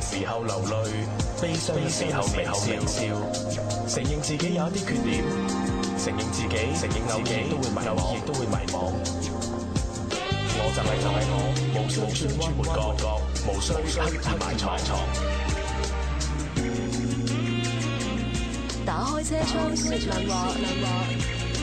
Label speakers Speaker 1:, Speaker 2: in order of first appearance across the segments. Speaker 1: 時候流淚，悲傷嘅時候微笑，承認自己有一啲缺點，承認自己，承認自己都會迷惘，亦都會迷茫。我就係就係我，無需轉彎抹角，無需刻意埋藏。
Speaker 2: 打開車窗說亮話，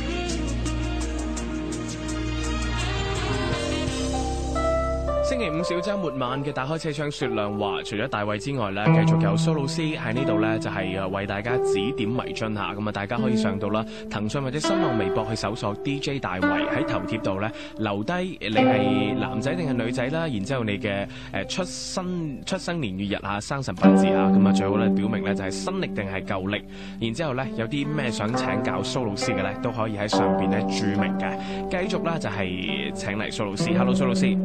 Speaker 3: 星期五小周末晚嘅打開車窗說亮話，除咗大衛之外咧，繼續有蘇老師喺呢度咧，就係誒為大家指點迷津下。咁啊，大家可以上到啦騰訊或者新浪微博去搜索 DJ 大衛喺頭貼度咧留低你係男仔定係女仔啦，然之後你嘅誒出生出生年月日啊、生辰八字啊，咁啊最好咧表明咧就係新歷定係舊歷，然之後咧有啲咩想請教蘇老師嘅咧都可以喺上邊咧註明嘅。繼續啦，就係請嚟蘇老師，Hello 蘇老師。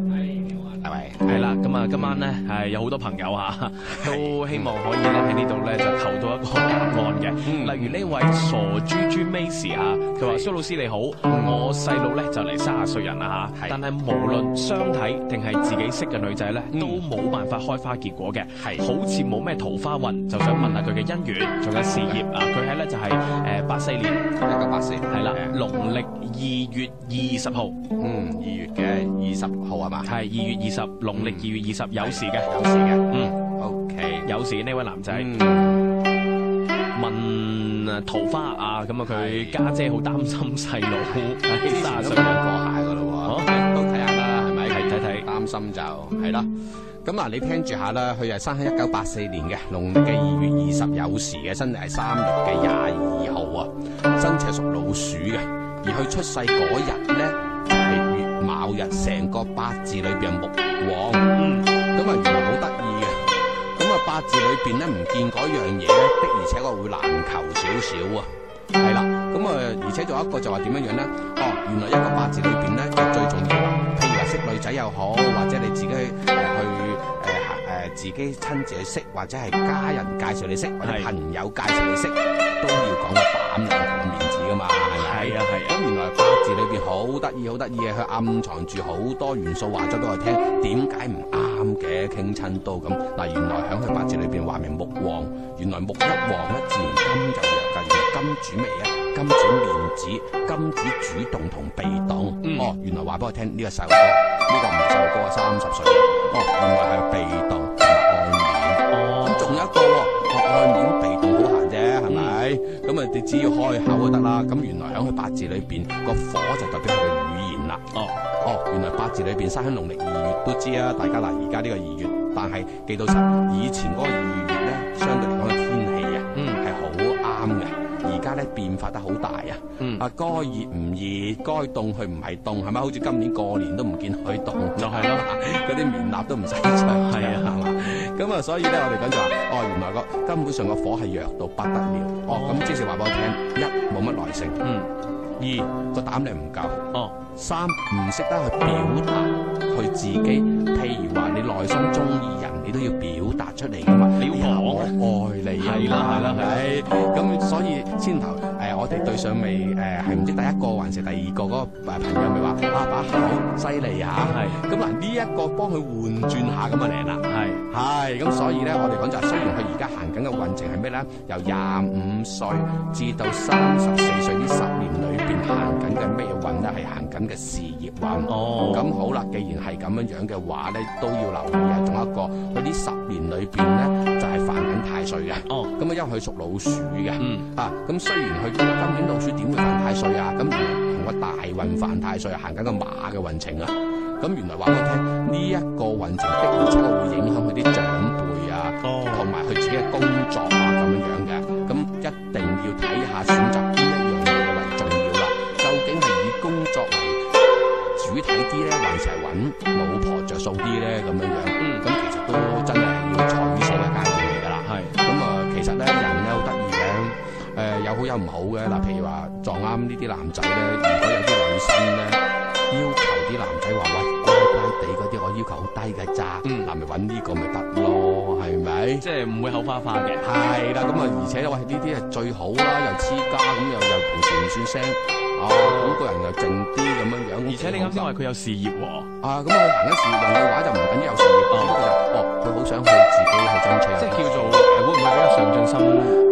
Speaker 4: 係咪？
Speaker 3: 係啦，咁啊，今晚咧係有好多朋友 啊，都希望可以咧喺呢度咧就投到一個答案嘅。
Speaker 4: 嗯
Speaker 3: 例如呢位傻豬豬 Macy 啊，佢話蘇老師你好，我細佬咧就嚟卅歲人啦嚇
Speaker 4: 嗯係，
Speaker 3: 但係無論相睇定係自己識嘅女仔咧，
Speaker 4: 嗯
Speaker 3: 都冇辦法開花結果嘅，
Speaker 4: 係
Speaker 3: 好似冇咩桃花運，就想問下佢嘅姻緣，仲有事業啊。佢喺咧就係誒八四年
Speaker 4: 一九八四
Speaker 3: 係
Speaker 4: 係
Speaker 3: 啦，農曆二月二十號。
Speaker 4: 嗯，二月嘅二十號係嘛？
Speaker 3: 係二月二十，農曆二月二十有事嘅，
Speaker 4: 有事嘅。
Speaker 3: 嗯，
Speaker 4: OK，
Speaker 3: 有事呢位男仔問啊桃花啊，咁啊佢
Speaker 4: 係
Speaker 3: 家姐好擔心細佬
Speaker 4: 之
Speaker 3: 喺
Speaker 4: 前
Speaker 3: 卅
Speaker 4: 都
Speaker 3: 歲
Speaker 4: 問過
Speaker 3: 人，
Speaker 4: 下噶咯
Speaker 3: 好
Speaker 4: 喎，都睇下啦，係咪？
Speaker 3: 係睇睇
Speaker 4: 擔心就係啦。咁啊，你聽住下啦，佢係生喺一九八四年嘅，農曆嘅二月二十有時嘅，生日係三月嘅廿二號啊，生肖屬老鼠嘅，而佢出世嗰日咧就係、月卯日，成個八字裏邊係木旺，咁啊原來好得意嘅。咁啊八字裏邊咧唔見嗰樣嘢咧，的而且確會難求少少啊。係啦，咁啊，而且仲有一個就話點樣樣咧？哦，原來一個八字裏邊咧，就最重要啦。譬如話識女仔又好，或者你自己去誒、呃去誒誒、呃自己親自去識，或者係家人介紹你識，或者
Speaker 3: 係
Speaker 4: 朋友介紹你識，都要講個膽量同個面子噶嘛，係咪？
Speaker 3: 係啊係啊，
Speaker 4: 咁原來八字裏邊好得意，好得意嘅，佢暗藏住好多元素，話咗俾我聽，點解唔啱嘅傾親都咁。嗱，原來喺佢八字裏邊話明木旺，原來木一旺咧，自然金就弱㗎。原來金主咩啊？金主面子，金主主動同被動。
Speaker 3: 嗯
Speaker 4: 哦，原來話俾我聽，呢、個細路哥，呢、個唔係細路哥，三十歲。哦，原來係被動同埋愛面。
Speaker 3: 哦，
Speaker 4: 咁仲有一個喎，外面被動好閒啫，係咪？咁啊，你只要開口就得啦。咁原來喺佢八字裏邊，個火就代表佢嘅語言啦。
Speaker 3: 哦，
Speaker 4: 哦，原來八字裏邊生喺農曆二月都知啊，大家嗱，而家呢個二月，但係記到實，以前嗰個二月咧，相對嚟講嘅天氣啊，
Speaker 3: 嗯
Speaker 4: 係好啱嘅。而家咧變化得好大啊！
Speaker 3: 嗯
Speaker 4: 啊，該熱唔熱，該凍佢唔係凍，係咪？好似今年過年都唔見佢凍，
Speaker 3: 就係咯，
Speaker 4: 嗰啲棉衲都唔使着，
Speaker 3: 係啊
Speaker 4: 係嘛？咁啊，所以咧，我哋講就話，哦，原來個根本上個火係弱到不得了。哦，咁即是話俾我聽，一冇乜耐性，
Speaker 3: 嗯，
Speaker 4: 二個膽量唔夠，
Speaker 3: 哦，
Speaker 4: 三唔識得去表達佢自己。譬如話，你內心中意人，你都要表達出嚟噶嘛。
Speaker 3: 你要
Speaker 4: 話
Speaker 3: 講
Speaker 4: 我愛你啊
Speaker 3: 係啦係啦係啦
Speaker 4: 係咁所以先頭誒、呃我哋對上未誒係唔知第一個還是第二個嗰個誒朋友咪話啊把口犀利啊，
Speaker 3: 係
Speaker 4: 咁嗱呢一個幫佢換轉下咁啊嚟啦。
Speaker 3: 係，
Speaker 4: 係，咁所以咧，我哋講就係雖然佢而家行緊嘅運程係咩咧？由廿五歲至到三十四歲呢十年裏邊行緊嘅咩運咧？係行緊嘅事業運。
Speaker 3: 哦
Speaker 4: 咁好啦，既然係咁樣樣嘅話咧，都要留意啊。仲有一個，佢呢十年裏邊咧就係、犯緊太歲嘅。
Speaker 3: 哦，
Speaker 4: 咁啊，因為佢屬老鼠嘅。
Speaker 3: 嗯，
Speaker 4: 啊，咁雖然佢今年老鼠點會犯太歲啊？咁原來同個大運犯太歲，啊行緊個馬嘅運程啊！咁原來話俾我聽，呢、一個運程的而且確會影響佢啲長輩啊，同
Speaker 3: 哦，
Speaker 4: 埋佢自己嘅工作啊咁樣樣嘅。咁一定要睇下選擇邊一樣嘢為重要啦。究竟係以工作為主體啲咧，還是係揾老婆着數啲咧？咁樣樣，
Speaker 3: 嗯，
Speaker 4: 咁其實都真係要取捨嘅階段嚟㗎啦。
Speaker 3: 係，
Speaker 4: 咁啊，其實咧人咧好得意嘅，誒、有好有唔好嘅。嗱，譬如話撞啱呢啲男仔咧，如果有啲女生咧要求啲男仔話喂乖乖地嗰啲，我要求好低嘅咋，
Speaker 3: 嗯
Speaker 4: 嗱咪揾呢個咪得咯，係咪？
Speaker 3: 即係唔會口花花嘅，
Speaker 4: 係啦，咁啊，而且喂呢啲係最好啦，又黐家咁又又平時唔算聲，哦，咁個人又靜啲咁樣樣。
Speaker 3: 而且你啱先話佢有事業喎，
Speaker 4: 啊，咁我行緊事業運嘅話就唔緊要有事業，
Speaker 3: 哦
Speaker 4: 只不過就哦，佢好想去自己去爭取
Speaker 3: 放心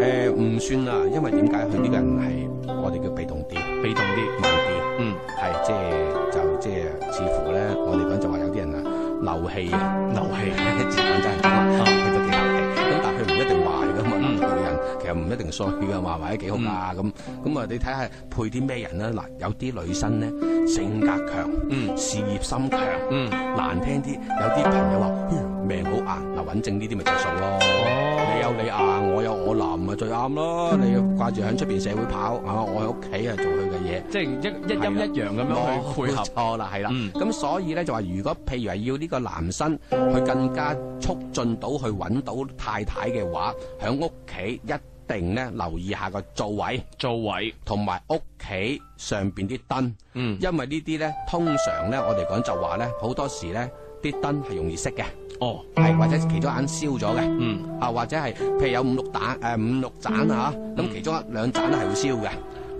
Speaker 4: 诶，唔算啦，因為點解佢呢個人係我哋叫被動啲、
Speaker 3: 被動啲。
Speaker 4: 慢啲，
Speaker 3: 嗯，
Speaker 4: 係即係就即係似乎咧，我哋講就話有啲人啊漏氣啊，
Speaker 3: 流 氣。
Speaker 4: 自講真係咁啊，佢都幾漏氣。咁但係佢唔一定壞噶嘛，
Speaker 3: 嗯
Speaker 4: 個人其實唔一定衰噶啊嘛，或者幾好噶咁。咁啊，你睇下配啲咩人啦？嗱，有啲女生咧性格強，
Speaker 3: 嗯
Speaker 4: 事業心強，
Speaker 3: 嗯，
Speaker 4: 難聽啲有啲朋友話，嗯哼命好硬，嗱穩正呢啲咪着數咯。
Speaker 3: 哦
Speaker 4: 你有你硬，我有我男咪最啱啦！你
Speaker 3: 嗯
Speaker 4: 掛住喺出邊社會跑，係嘛？我喺屋企啊做佢嘅嘢，
Speaker 3: 即係一一
Speaker 4: 啊
Speaker 3: 陰一陽咁樣去配合。
Speaker 4: 錯啦，係啦。
Speaker 3: 嗯
Speaker 4: 咁、所以咧就話，如果譬如係要呢個男生去更加促進到去揾到太太嘅話，喺屋企一定咧留意下個座位
Speaker 3: 做位，
Speaker 4: 同埋屋企上邊啲燈，
Speaker 3: 嗯，
Speaker 4: 因為呢啲咧通常咧我哋講就話咧好多時咧啲燈係容易熄嘅，
Speaker 3: 哦，
Speaker 4: 係或者其中一眼燒咗嘅。
Speaker 3: 嗯，
Speaker 4: 啊，或者係譬如有五六盞誒、五六盞啊，咁、其中一兩盞咧係會燒嘅。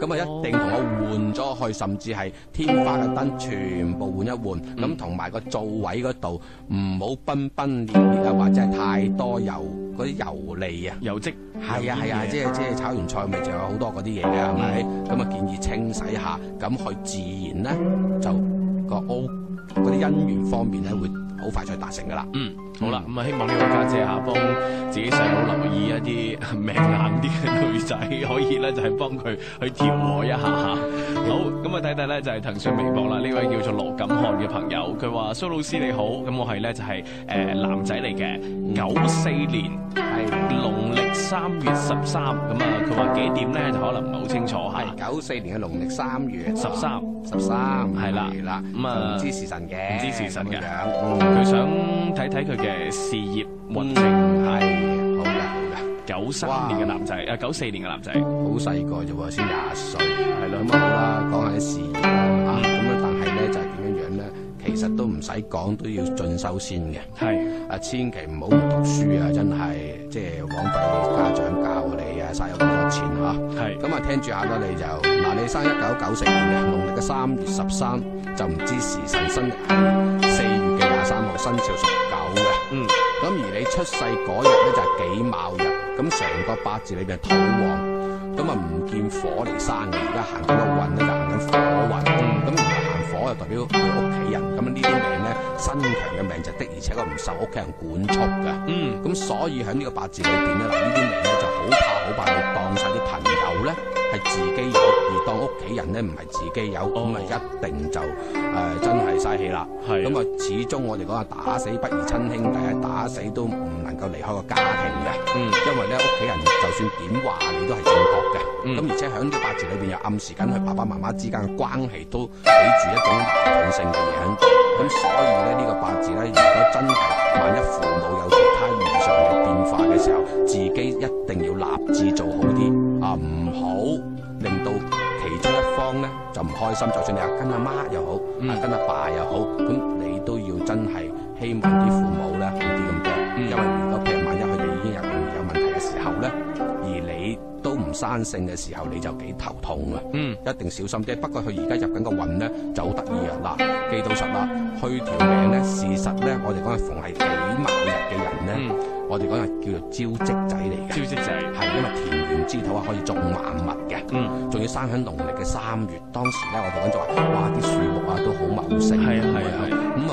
Speaker 4: 咁啊，一定同我換咗去，甚至係天花嘅燈全部換一換。咁同埋個座位嗰度唔好崩崩裂裂啊，或者係太多油嗰啲油膩啊。
Speaker 3: 有職
Speaker 4: 係啊係啊，即係即係炒完菜咪仲有好多嗰啲嘢嘅，係咪？咁啊建議清洗下，咁佢自然咧就個屋嗰啲姻緣方面咧會好快脆達成噶啦。
Speaker 3: 嗯，好啦，咁啊，希望呢位家姐吓幫自己細佬留意一啲命硬啲嘅女仔，可以咧就係幫佢去調和一下 吓。好，咁啊睇睇咧就係騰訊微博啦，呢位叫做羅錦漢嘅朋友，佢話蘇老師你好，咁我係咧就係誒男仔嚟嘅，九四年。
Speaker 4: 係
Speaker 3: 農曆三月十三咁啊，佢話幾點咧就可能唔係好清楚
Speaker 4: 係
Speaker 3: 嚇。
Speaker 4: 九四年嘅農曆三月
Speaker 3: 啊十三，
Speaker 4: 十三
Speaker 3: 係啦
Speaker 4: 係啦，
Speaker 3: 咁啊
Speaker 4: 唔知時辰
Speaker 3: 唔
Speaker 4: 嘅，
Speaker 3: 知時辰嘅
Speaker 4: 咁樣嗯
Speaker 3: 佢想睇睇佢嘅事業運程係
Speaker 4: 係好嘅，好
Speaker 3: 九三年嘅男仔，誒九四年嘅男仔，
Speaker 4: 嘅，好細個啫喎，先廿歲，係啦，咁啊好啦，講下啲事業啦
Speaker 3: 嗯
Speaker 4: 嚇，咁啊但係咧就係點樣樣咧，其實都唔使講都要進修先嘅，
Speaker 3: 係
Speaker 4: 啊千祈唔好唔讀書啊，真係即係枉費你家長教你啊，嘥咗咁多錢嚇。
Speaker 3: 係
Speaker 4: 咁啊，聽住下啦，你就嗱，你生一九九四年嘅，農曆嘅三月十三，就唔知時辰，新曆係四月嘅廿三號，生肖屬狗嘅。
Speaker 3: 嗯。
Speaker 4: 咁而你出世嗰日咧就係己卯日，咁成個八字裏邊係土旺，咁啊唔見火嚟生嘅，而家行緊個運咧就行緊火運，咁原來行火就代表佢屋企人，咁啊呢啲命咧身強嘅命就的而且確唔受屋企人管束嘅。
Speaker 3: 嗯
Speaker 4: 咁所以喺呢個八字裏邊咧，嗱呢啲命咧就好怕好怕你當晒啲朋友咧係自己有，而當屋企人咧唔係自己有，咁啊、一定就誒、呃真係嘥氣啦。
Speaker 3: 係
Speaker 4: 咁啊，始終我哋講啊，打死不如親兄弟啊，打死都唔能夠離開個家庭嘅。
Speaker 3: 嗯
Speaker 4: 因為咧屋企人就算點話你都係正確嘅，
Speaker 3: 嗯
Speaker 4: 咁、而且喺呢八字裏邊又暗示緊佢爸爸媽媽之間嘅關係都俾住一種矛盾性嘅嘢喺度，咁所以咧呢、呢個八字咧，如果真係萬一父母有其他異常嘅變化嘅時候，自己一定要立志做好啲啊，唔好令到其中一方咧就唔開心，就算你係跟阿媽又好，
Speaker 3: 嗯
Speaker 4: 啊跟阿爸又好，咁你都要真係希望啲父母咧好啲咁多。
Speaker 3: 嗯
Speaker 4: 因為如果譬如萬一佢哋已經有有問題嘅時候咧，而你都唔生性嘅時候，你就幾頭痛啊！
Speaker 3: 嗯
Speaker 4: 一定小心啲。不過佢而家入緊個運咧就好得意啊！嗱，記到實啦，佢條命咧，事實咧，我哋講係逢係己卯日嘅人咧，
Speaker 3: 嗯，
Speaker 4: 我哋講係叫做招積仔嚟嘅
Speaker 3: 招，積仔，
Speaker 4: 係因為田園之土啊可以種萬物嘅。
Speaker 3: 嗯
Speaker 4: 仲要生喺農曆嘅三月，當時咧我哋講就話，哇啲樹木啊都好茂盛
Speaker 3: 係啊
Speaker 4: 咁
Speaker 3: 係啊
Speaker 4: 樣
Speaker 3: 係啊
Speaker 4: 咁啊，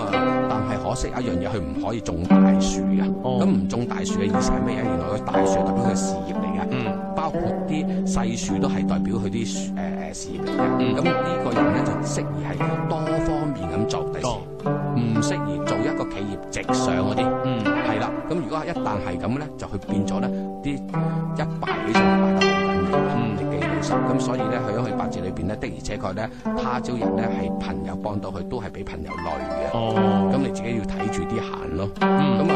Speaker 4: 但係可惜一樣嘢，佢唔可以種大樹嘅。
Speaker 3: 哦
Speaker 4: 咁唔、種大樹嘅意思係咩啊？原來佢大樹係代表佢嘅事業嚟嘅，
Speaker 3: 嗯
Speaker 4: 包括啲細樹都係代表佢啲誒誒事業嚟嘅。咁呢、個人咧就適宜係多方面咁做，第時
Speaker 3: 哦
Speaker 4: 唔適宜做一個企業直上嗰啲。
Speaker 3: 嗯
Speaker 4: 係啦，咁如果一旦係咁咧，就佢變咗咧啲一敗起上嚟敗得好緊要啦，
Speaker 3: 嗯
Speaker 4: 你記住實。咁所以咧，佢喺佢八字裏邊咧，的而且確咧，他朝人咧係朋友幫到佢，都係俾朋友累嘅。
Speaker 3: 哦
Speaker 4: 咁你自己要睇住啲行咯。咁
Speaker 3: 嗯
Speaker 4: 啊，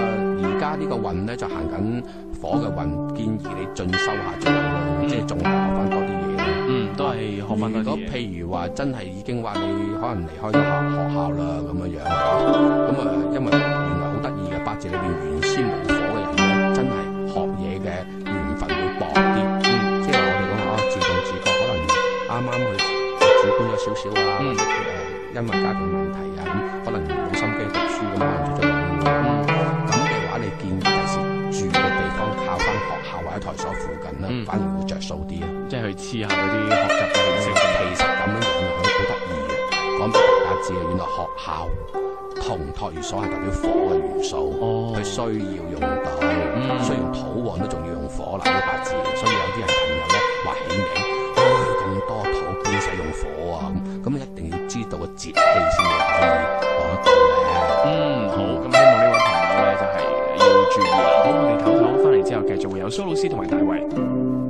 Speaker 4: 而家呢個運咧就行緊火嘅運，建議你進修下最好咯，即係仲學翻多啲嘢咯。
Speaker 3: 嗯，都係學翻多
Speaker 4: 如
Speaker 3: 啲
Speaker 4: 果
Speaker 3: 嘢。
Speaker 4: 譬如話真係已經話你可能離開咗學學校啦咁樣樣嚇，咁啊因為原來好得意嘅八字裏邊原先無火嘅人咧，真係學嘢嘅緣分會薄啲，
Speaker 3: 嗯
Speaker 4: 即係我哋講下啊自動自覺可能啱啱去主觀咗少少啊，
Speaker 3: 嗯
Speaker 4: 誒、因為家庭問題啊咁，可能冇心機讀書咁可能做咗兩年。
Speaker 3: 嗯
Speaker 4: 咁嘅話，你建議第時住嘅地方靠翻學校或喺台所附近啦，
Speaker 3: 嗯
Speaker 4: 反而會着數啲啊。
Speaker 3: 即係去黐下嗰啲學習嘅氣息
Speaker 4: 其實
Speaker 3: 咁樣。
Speaker 4: 咁樣樣好好得意嘅，講俾大家知啊！原來學校同托兒所係代表火嘅元素，
Speaker 3: 哦
Speaker 4: 佢、需要用到，
Speaker 3: 嗯
Speaker 4: 雖然土旺都仲要用火嗱呢八字，所以有啲人朋友咧話起名，唉咁多土邊使用火啊咁，咁一定要知道個節氣先至可以講得到咧。
Speaker 3: 嗯，好，咁希望呢位朋友咧就係、要注意啦。好，我哋唞唞翻嚟之後，繼續會有蘇老師同埋大衛。
Speaker 4: 係